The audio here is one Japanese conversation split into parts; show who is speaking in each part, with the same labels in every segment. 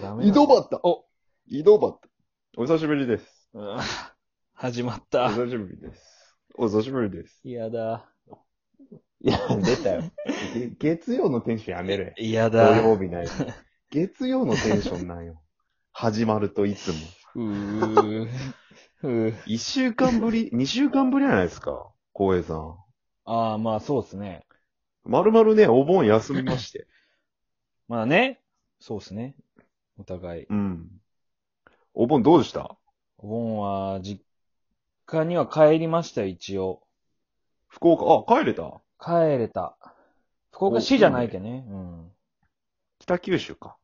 Speaker 1: ダメ
Speaker 2: 井
Speaker 1: だ
Speaker 2: 戸端
Speaker 1: お
Speaker 2: 井戸端お久しぶりです。
Speaker 1: うん 始まっ
Speaker 2: お
Speaker 1: た。
Speaker 2: 久しぶりです。お久しぶりです。
Speaker 1: 嫌だ。
Speaker 2: いや、出たよ。げ月曜のテンションやめ れ。
Speaker 1: 嫌
Speaker 2: 土
Speaker 1: だ。
Speaker 2: 曜
Speaker 1: う
Speaker 2: 日ない。月曜のテンションなん よ。始まるといつも。
Speaker 1: ー。うー
Speaker 2: 一週間ぶり、二週間ぶりじゃないですか。光栄さん。
Speaker 1: ああ、まあそうですね。
Speaker 2: まるまるね、お盆休みまして。
Speaker 1: まあね。そうですね。お互い。
Speaker 2: うん。お盆どうでした
Speaker 1: お盆は、実家には帰りましたよ、一応。
Speaker 2: 福岡、あ、帰れた
Speaker 1: 帰れた。福岡市じゃないけどね。うん。
Speaker 2: 北九州か。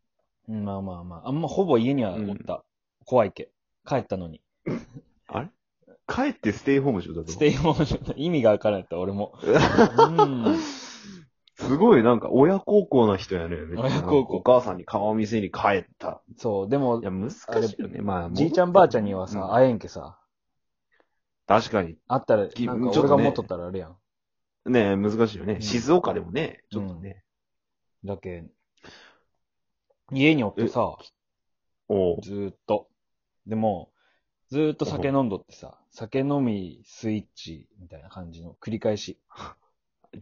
Speaker 1: うんまあまあまあ。あんまほぼ家にはおった。怖いけ。帰ったのに。
Speaker 2: あれ帰ってステイホームしようだぞ。
Speaker 1: ステイホームじゃない意味がわからなかった、俺 も。うん。
Speaker 2: すごいなんか親孝行な人やね。めっちゃ
Speaker 1: 親孝行
Speaker 2: お母さんに顔見せに帰った。
Speaker 1: そう、でも
Speaker 2: い、や、難しいよね。まあ、
Speaker 1: じいちゃんばあちゃんには
Speaker 2: う
Speaker 1: さ、
Speaker 2: ん
Speaker 1: 会えんけさ、
Speaker 2: 確かに。
Speaker 1: 会ったら、
Speaker 2: き
Speaker 1: なんか
Speaker 2: ちょっ
Speaker 1: 俺
Speaker 2: と
Speaker 1: が
Speaker 2: ね
Speaker 1: 持っとったらあれやん。
Speaker 2: ね難しいよね
Speaker 1: う。ん
Speaker 2: 静岡でもね、ちょっとね。
Speaker 1: だけん、家におってさ、
Speaker 2: おう
Speaker 1: ずーっと。でも、ずーっと酒飲んどってさ、酒飲みスイッチみたいな感じの繰り返し。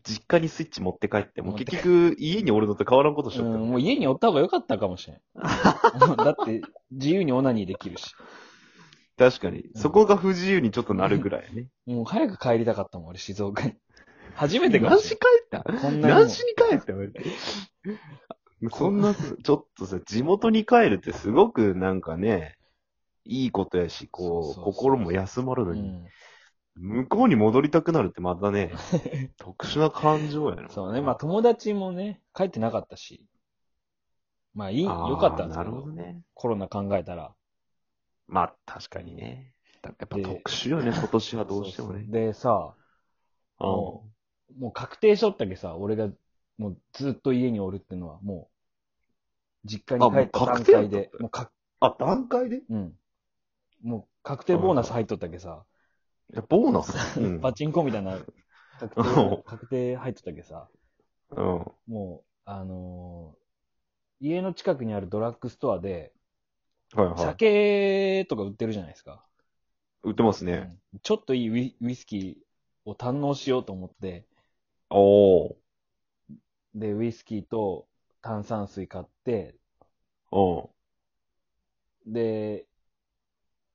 Speaker 2: 実家にスイッチ持って帰って、もう結局、家におるのと変わらんことし
Speaker 1: う
Speaker 2: よったよ
Speaker 1: ん、
Speaker 2: ね
Speaker 1: もう家におった方がよかったかもしれん。 だって、自由にオナニーできるし。
Speaker 2: 確かに。そこが不自由にちょっとなるぐらいね。
Speaker 1: もう早く帰りたかったもん、俺、静岡に。初めてかも
Speaker 2: 何
Speaker 1: し
Speaker 2: し
Speaker 1: れ
Speaker 2: 帰った
Speaker 1: ん。こんなにも
Speaker 2: 何しに帰ったよ。そんな、ちょっとさ、地元に帰るってすごくなんかね、いいことやし、
Speaker 1: そう
Speaker 2: こう、
Speaker 1: そうそう
Speaker 2: 心も休まるの
Speaker 1: う
Speaker 2: に、
Speaker 1: ん。
Speaker 2: 向こうに戻りたくなるってまた ね、特殊な感情やな。
Speaker 1: そうね、まあ友達もね、帰ってなかったし。まあいい、
Speaker 2: あー
Speaker 1: よかったんです
Speaker 2: な
Speaker 1: け
Speaker 2: る
Speaker 1: ど、
Speaker 2: ほどね。
Speaker 1: コロナ考えたら。
Speaker 2: まあ、確かにね。やっぱ
Speaker 1: で
Speaker 2: 特殊よね、今年はどうしても
Speaker 1: そう
Speaker 2: ね
Speaker 1: そう。でさ、
Speaker 2: あ
Speaker 1: もう、もう確定しとったけさ、俺が、もうずっと家におるってのは、もう、実家に帰った
Speaker 2: あもう
Speaker 1: 段
Speaker 2: 確定やっ
Speaker 1: 階
Speaker 2: た
Speaker 1: で、もうか、
Speaker 2: あ、段階でい
Speaker 1: うん。もう確定ボーナス入っとったけさ、
Speaker 2: や、ボー ナス。うん。
Speaker 1: パチンコみたいな確
Speaker 2: うん
Speaker 1: 定、確定入っとったけさ、
Speaker 2: うん
Speaker 1: もう、あのー家の近くにあるドラッグストアで、
Speaker 2: はいはい。
Speaker 1: 酒とか売ってるじゃないですか。
Speaker 2: 売ってます
Speaker 1: う
Speaker 2: ね。
Speaker 1: んちょっといいウイウイスキーを堪能しようと思って、
Speaker 2: おー。
Speaker 1: で、ウイスキーと炭酸水買って、
Speaker 2: うん。
Speaker 1: で、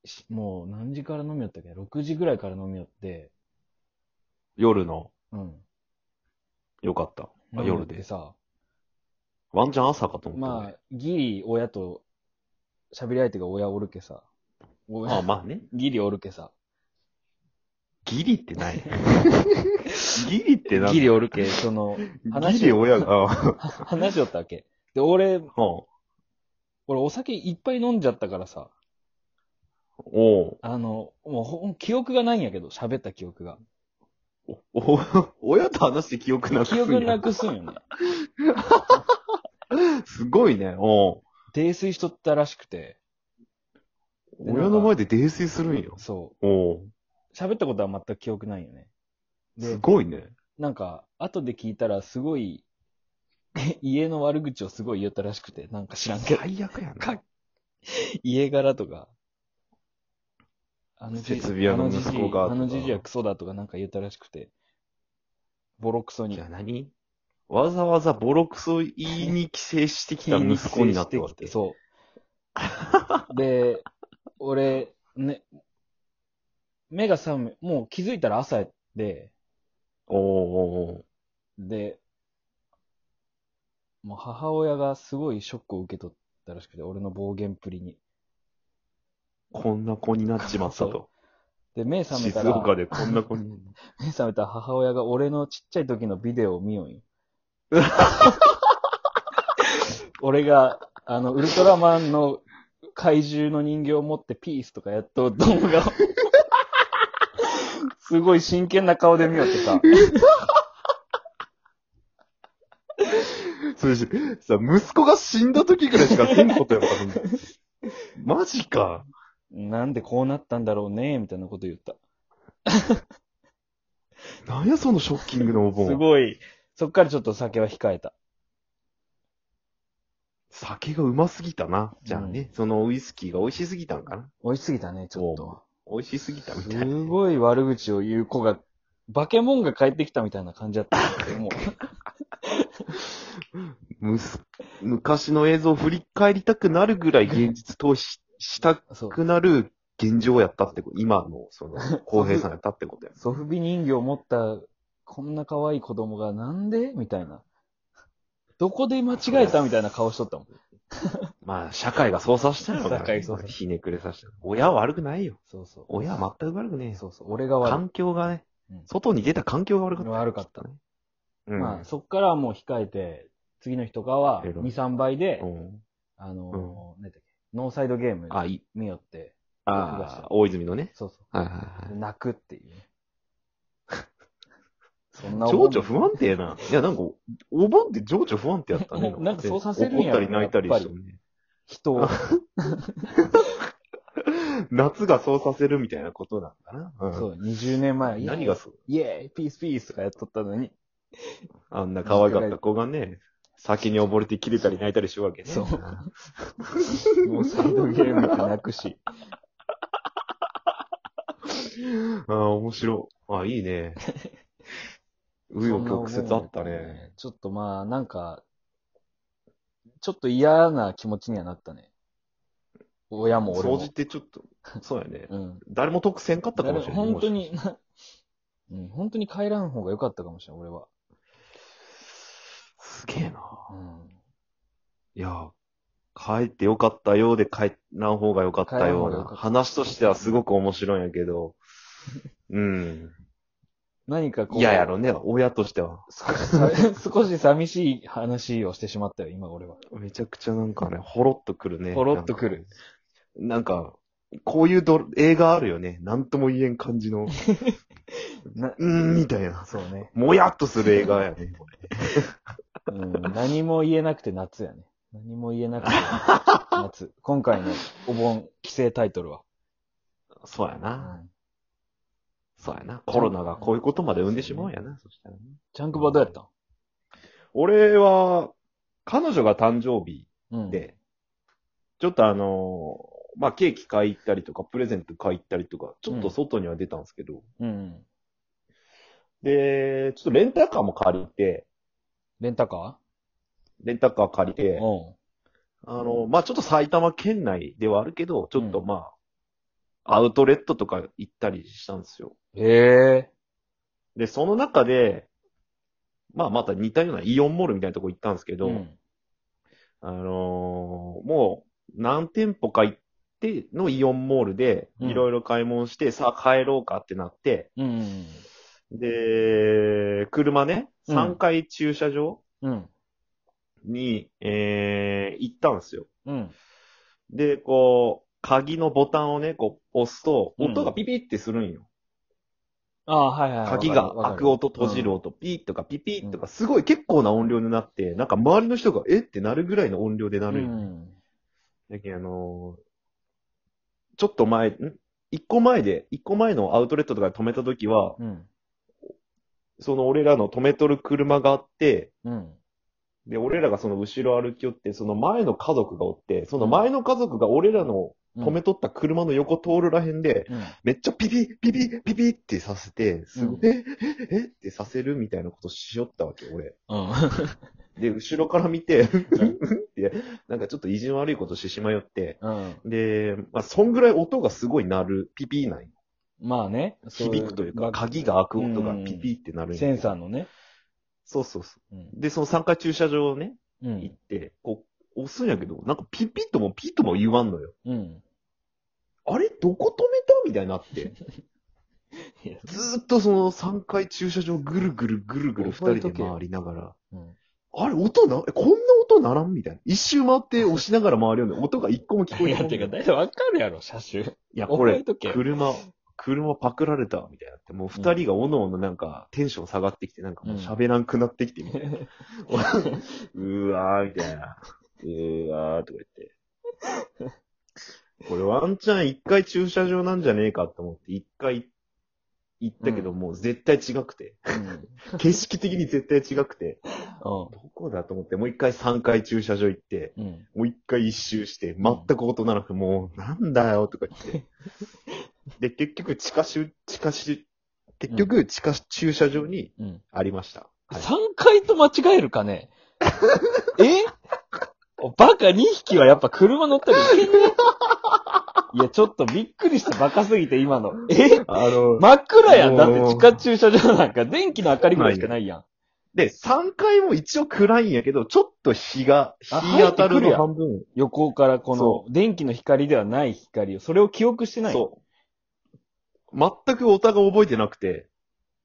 Speaker 1: しもう何時から飲みよったっけ ?6 時ぐらいから飲みよって、
Speaker 2: 夜の、
Speaker 1: うん。
Speaker 2: よかった。あ
Speaker 1: 飲みよっ
Speaker 2: 夜
Speaker 1: て
Speaker 2: で。
Speaker 1: さ、
Speaker 2: ワンチャン朝かと思った、
Speaker 1: ま
Speaker 2: ね。
Speaker 1: あ、ギリ親と喋り相手が親おるけさ。
Speaker 2: ああ、
Speaker 1: 親
Speaker 2: まあね。
Speaker 1: ギリおるけさ。
Speaker 2: ギリっ てない。ギリってない。
Speaker 1: ギリおるけ、その、 話
Speaker 2: ギリ親が。うん
Speaker 1: 話しよったわけ。で、俺、
Speaker 2: お
Speaker 1: 俺お酒いっぱい飲んじゃったからさ、
Speaker 2: お
Speaker 1: あの、もうほん記憶がないんやけど、喋った記憶が。
Speaker 2: お親と話して記憶なくすん
Speaker 1: 記
Speaker 2: や
Speaker 1: 憶なくすんよね。
Speaker 2: すごいね。お
Speaker 1: 泥酔しとったらしくて、で
Speaker 2: 親の前で泥酔するんよ。
Speaker 1: そ
Speaker 2: お
Speaker 1: う。喋ったことは全く記憶ないよね。
Speaker 2: す
Speaker 1: で、
Speaker 2: ごいね。
Speaker 1: なんか、後で聞いたらすごい、 家の悪口をすごい言ったらしくて、なんか知らんけど、
Speaker 2: 最悪や
Speaker 1: か
Speaker 2: な。
Speaker 1: 家柄とか、あじ
Speaker 2: 設備屋の息子が
Speaker 1: あのじじいあのじ
Speaker 2: とか
Speaker 1: じいはクソだとかなんか言ったらしくて、ボロクソ
Speaker 2: い
Speaker 1: に。
Speaker 2: や、何わざわざボロクソ言いに帰省してきた息子になってわ け。
Speaker 1: そう。で、俺、ね、目が覚め、もう気づいたら朝やって、
Speaker 2: おお
Speaker 1: で、もう母親がすごいショックを受け取ったらしくて、俺の暴言っぷりに。
Speaker 2: こんな子になっちまったと。
Speaker 1: で、目覚め
Speaker 2: 静
Speaker 1: た
Speaker 2: 岡
Speaker 1: ら、
Speaker 2: でこんな子に。
Speaker 1: 目覚めた母親が俺のちっちゃい時のビデオを見よんよ。 俺が、あの、ウルトラマンの怪獣の人形を持ってピースとかやっとう動 画を。すごい真剣な顔で見よってさ。
Speaker 2: それしさ、息子が死んだ時ぐらいしかせんことやからね。マジか。
Speaker 1: なんでこうなったんだろうね、みたいなこと言った。
Speaker 2: なんやそのショッキングなお盆。
Speaker 1: すごい。そっからちょっと酒は控えた。
Speaker 2: 酒がうますぎたな。じゃあね、そのウイスキーが美味しすぎたんかな。
Speaker 1: 美味しすぎたね、ちょっと。
Speaker 2: 美味しすぎたみたいな。
Speaker 1: すごい悪口を言う子が、バケモンが帰ってきたみたいな感じだ ったんだけど。もう
Speaker 2: むす昔の映像を振り返りたくなるぐらい現実逃避しした
Speaker 1: そう。
Speaker 2: くなる現状やったってこと。今の、その、浩平さんやったってこと や。
Speaker 1: ソフビ人形を持った、こんな可愛い子供がなんでみたいな。どこで間違えたみたいな顔しとったもん。
Speaker 2: まあ、社会が操作したよな
Speaker 1: 社会操作
Speaker 2: ひねくれさせた。親は悪くないよ。
Speaker 1: そうそう。
Speaker 2: 親は全く悪くねえよ。
Speaker 1: そうそう。俺が悪い。
Speaker 2: 環境がね
Speaker 1: うん、
Speaker 2: 外に出た環境が悪かった。
Speaker 1: 悪かった
Speaker 2: ね。うん。
Speaker 1: まあ、そっからはもう控えて、次の日とかは、
Speaker 2: 偉い
Speaker 1: 2、3倍で
Speaker 2: う、ん
Speaker 1: あのー
Speaker 2: うん、
Speaker 1: 何だっけ、ノーサイドゲーム
Speaker 2: あ、いい。
Speaker 1: 見よって、録画し
Speaker 2: あ
Speaker 1: た
Speaker 2: あ、大泉のね。
Speaker 1: そうそ
Speaker 2: はいはいは
Speaker 1: う。
Speaker 2: い。
Speaker 1: 泣くっていう ね。そんな。
Speaker 2: 情緒不安定な。いや、なんか、お盆って情緒不安定やったね
Speaker 1: なんかそうさせるんや
Speaker 2: 怒っ
Speaker 1: ろ
Speaker 2: たり泣いたりしてもね。
Speaker 1: 人を。
Speaker 2: 夏がそうさせるみたいなことなんだな。うん
Speaker 1: そう、20年前。
Speaker 2: 何がそう
Speaker 1: イエーイピースピースとかやっとったの に。
Speaker 2: あんな可愛かった子がね、先に溺れて切れたり泣いたりしようわけね。
Speaker 1: そうノーサイドゲームって泣く し。
Speaker 2: ああ、面白い。あ、い いね。うよ曲折あったね。。
Speaker 1: ちょっとまあ、なんか、ちょっと嫌な気持ちにはなったね。親も俺
Speaker 2: 掃
Speaker 1: も。
Speaker 2: 除ってちょっと、そうやね。
Speaker 1: うん。
Speaker 2: 誰も得せんかったかもしれない。
Speaker 1: 本当に、 なうん、本当に帰らん方が良かったかもしれん、俺は。
Speaker 2: すげえな。
Speaker 1: うん。
Speaker 2: いや、帰ってよかったようで帰らん方がよかったよう
Speaker 1: 帰らん方がよ
Speaker 2: な
Speaker 1: かった
Speaker 2: 話としてはすごく面白いんやけど、うん。
Speaker 1: 何かこう。
Speaker 2: 嫌ややろね、親としては。
Speaker 1: 少しさ 少し寂しい話をしてしまったよ、今俺は。
Speaker 2: めちゃくちゃなんかね、ほろっとくるね。
Speaker 1: ほろっとくる。
Speaker 2: なんか。なんか、こういうド映画あるよね。なんとも言えん感じの、
Speaker 1: な
Speaker 2: うーん、みたいな。
Speaker 1: そうね。
Speaker 2: もやっとする映画やね。
Speaker 1: うん、何も言えなくて夏やね。何も言え なくて夏。今回のお盆、帰省タイトルは。
Speaker 2: そうや
Speaker 1: う
Speaker 2: な。
Speaker 1: ん
Speaker 2: そうやな。コロナがこういうことまで生んでしまうんやな。そしたらね
Speaker 1: チャンクバどうやったん
Speaker 2: 俺は、彼女が誕生日
Speaker 1: うん。
Speaker 2: で、ちょっとあのーまあ、ケーキ買い行ったりとか、プレゼント買い行ったりとか、ちょっと外には出たんですけど、
Speaker 1: うんうん。
Speaker 2: で、ちょっとレンタカーも借りて、
Speaker 1: レンタカ
Speaker 2: レンタカー借り
Speaker 1: ー
Speaker 2: て、
Speaker 1: う
Speaker 2: あの、まあ、ちょっと埼玉県内ではあるけど、ちょっと
Speaker 1: うん
Speaker 2: まあ、アウトレットとか行ったりしたんですよ。
Speaker 1: ん。ええ
Speaker 2: で、その中で、まあ、また似たようなイオンモールみたいなとこ行ったんですけ
Speaker 1: ー。
Speaker 2: ど、
Speaker 1: ん。
Speaker 2: あのーもう何店舗か行ってのイオンモールで、
Speaker 1: うん
Speaker 2: いろいろ買い物して、さあ帰ろうかってなって、
Speaker 1: うん。
Speaker 2: で、車ね、
Speaker 1: うん
Speaker 2: 3階駐車場
Speaker 1: うん。
Speaker 2: に、えー行ったんですよ。
Speaker 1: うん。
Speaker 2: で、こう、鍵のボタンをね、こう、押すと、
Speaker 1: うん
Speaker 2: 音がピピってするんよ。
Speaker 1: ああ、はいはい。
Speaker 2: 鍵が
Speaker 1: わか
Speaker 2: 開
Speaker 1: る
Speaker 2: く
Speaker 1: わか
Speaker 2: 音、閉じる音、ピーとかピピーとか、すごい結構な音量になって、なんか周りの人が、えってなるぐらいの音量でな
Speaker 1: る
Speaker 2: る
Speaker 1: うん
Speaker 2: よ。
Speaker 1: ん。
Speaker 2: だけどあのーちょっと前、ん一個前で、一個前のアウトレットとかで止めた時は、
Speaker 1: うん。
Speaker 2: その俺らの止めとる車があって、
Speaker 1: うん。
Speaker 2: で、俺らがその後ろ歩き寄って、その前の家族がおって、その前の家族が俺らの
Speaker 1: うん
Speaker 2: 止めとった車の横通るらへんで、
Speaker 1: うん。
Speaker 2: めっちゃピピ、ピピ、ピピってさせて、すごい、
Speaker 1: うん
Speaker 2: え、え、えってさせるみたいなことしよったわけ、俺。
Speaker 1: うん。
Speaker 2: で、後ろから見て、って、なんかちょっと意地の悪いことしてしまいよって、
Speaker 1: うん。
Speaker 2: で、まあ、そんぐらい音がすごい鳴る、ピピーない。
Speaker 1: まあね。そう
Speaker 2: 響くというか、
Speaker 1: バ
Speaker 2: 鍵が開く音がピピーって鳴るんやけ
Speaker 1: セ
Speaker 2: ど
Speaker 1: ンサーのね。
Speaker 2: そうそうそうう。
Speaker 1: ん。
Speaker 2: で、その3階駐車場をね、
Speaker 1: う
Speaker 2: 行っ
Speaker 1: ん。
Speaker 2: て、こう、押すんやけど、なんかピピッともピッとも言わんのよ。
Speaker 1: うん。
Speaker 2: あれどこ止めたみたいになって。
Speaker 1: いや
Speaker 2: ずーっとその3階駐車場ぐるぐるぐるぐる
Speaker 1: 覚
Speaker 2: 2
Speaker 1: えと
Speaker 2: 人
Speaker 1: け
Speaker 2: で
Speaker 1: よ
Speaker 2: 回りながら。
Speaker 1: うん
Speaker 2: あれ音な、えこんな音ならんみたいな。一周回って押しながら回るよね。音が一個も聞こ
Speaker 1: い
Speaker 2: え
Speaker 1: や、
Speaker 2: ない。
Speaker 1: てか、
Speaker 2: い
Speaker 1: 大体わかるやろ、車種。
Speaker 2: や、こ
Speaker 1: 覚
Speaker 2: れ
Speaker 1: え、とけ。
Speaker 2: 車、車パクられたみたいになって、もう二人がおのおのなんかテンション下がってきて、なんかもう喋らんくなってきてみたい な。うわーみたいな。うわーとか言って。これワンチャン一回駐車場なんじゃねえかと思って、一回行ったけど、
Speaker 1: う
Speaker 2: もう絶対違くて。
Speaker 1: うん。
Speaker 2: 景色的に絶対違くて。
Speaker 1: うん
Speaker 2: どここうだと思って、もう一回3回駐車場行って、
Speaker 1: うん。
Speaker 2: もう一回一周して、全く音ならなくて、もう、なんだよ、と か言って。で、結局、地下し、地下し、結局、地下駐車場に
Speaker 1: うん。
Speaker 2: ありました。はい
Speaker 1: 3回と間違えるかね えおバカ2匹はやっぱ車乗 ったりいけんねいや、ちょっとびっくりした。バカすぎて今の。え
Speaker 2: あの、
Speaker 1: 真っ暗やん。だって地下駐車場なんか電気の明かりぐらいしかないやん。
Speaker 2: で、3階も一応暗いんやけど、ちょっと日が、日
Speaker 1: あ
Speaker 2: 当たる
Speaker 1: 入ってくるや
Speaker 2: の
Speaker 1: ん
Speaker 2: 半分。
Speaker 1: 横からこ
Speaker 2: そ
Speaker 1: の電気の光ではない光を、それを記憶してない。
Speaker 2: そう。全くお互い覚えてなくて、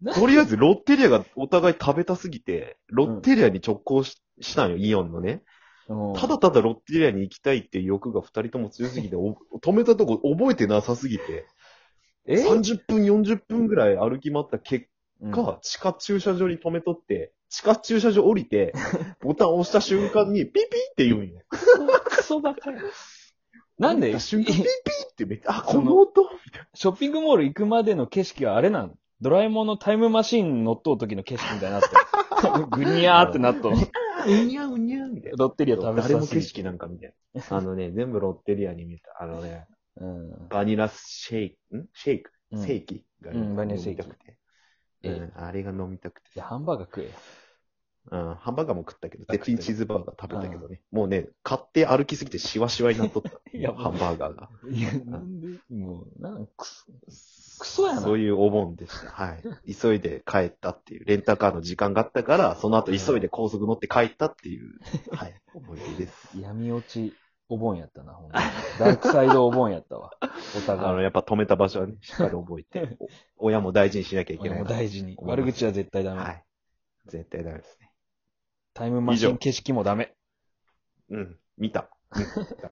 Speaker 1: な
Speaker 2: とりあえずロッテリアがお互い食べたすぎて、ロッテリアに直行ししたんよ、イオンのね。
Speaker 1: うん。
Speaker 2: ただただロッテリアに行きたいっていう欲が二人とも強す ぎて、お止めたとこ覚えてなさすぎて、
Speaker 1: え
Speaker 2: 30分、40分ぐらい歩き回った結
Speaker 1: うん
Speaker 2: 果、地下駐車場に止めとって、地下駐車場降 りて、ボタン押した瞬間に、ピピって言うんよ。
Speaker 1: クソバカや。なんで、
Speaker 2: 押し
Speaker 1: シ
Speaker 2: た瞬間、ピピ
Speaker 1: ョ
Speaker 2: ってめっちゃ、あ、
Speaker 1: そ
Speaker 2: こ
Speaker 1: の
Speaker 2: の音
Speaker 1: ッピングモール行くまでの景色はあれなのドラえもんのタイムマシーン乗っとう時の景色みたいになって る。ぐにゃーってなっとう。
Speaker 2: うにゃうにゃみたいな。
Speaker 1: ロッテリア食べさせ
Speaker 2: 誰も景色なんか見てない。あのね、全部ロッテリアに見た。あのね、
Speaker 1: うん。
Speaker 2: バニラシェイク、んシェイク、
Speaker 1: うん
Speaker 2: セイキがね、
Speaker 1: うんバニラシェイキ
Speaker 2: 飲みたくて。うん、あれが飲みたくて
Speaker 1: いや、ハンバーガー食え。
Speaker 2: うん、ハンバーガーも食ったけど、
Speaker 1: あ食
Speaker 2: 絶
Speaker 1: ったけ
Speaker 2: 品
Speaker 1: ど。
Speaker 2: チーズバーガー食べたけどね。もうね、買って歩きすぎてシワシワになっとった
Speaker 1: いや
Speaker 2: ハンバーガーが。
Speaker 1: いや、なんで、もう、なんクソ、クソやな。
Speaker 2: そういうお盆でした。はい。急いで帰ったっていう、レンタカーの時間があったから、その後急いで高速乗って帰ったって いう、はい、思い出です。
Speaker 1: 闇落ちお盆やったな、ほんとにダークサイドお盆やったわ。お
Speaker 2: あの、
Speaker 1: 互い。
Speaker 2: やっぱ止めた場所はね、しっかり覚 えて、お親も大事にしなきゃいけ
Speaker 1: 俺
Speaker 2: ない
Speaker 1: も
Speaker 2: な。
Speaker 1: 大事に。
Speaker 2: 思います
Speaker 1: 悪口は絶対ダメ。
Speaker 2: はい。絶対ダメですね。
Speaker 1: タイムマシ
Speaker 2: 以
Speaker 1: ン
Speaker 2: 上
Speaker 1: 景色もダメ。
Speaker 2: うん、見た。見た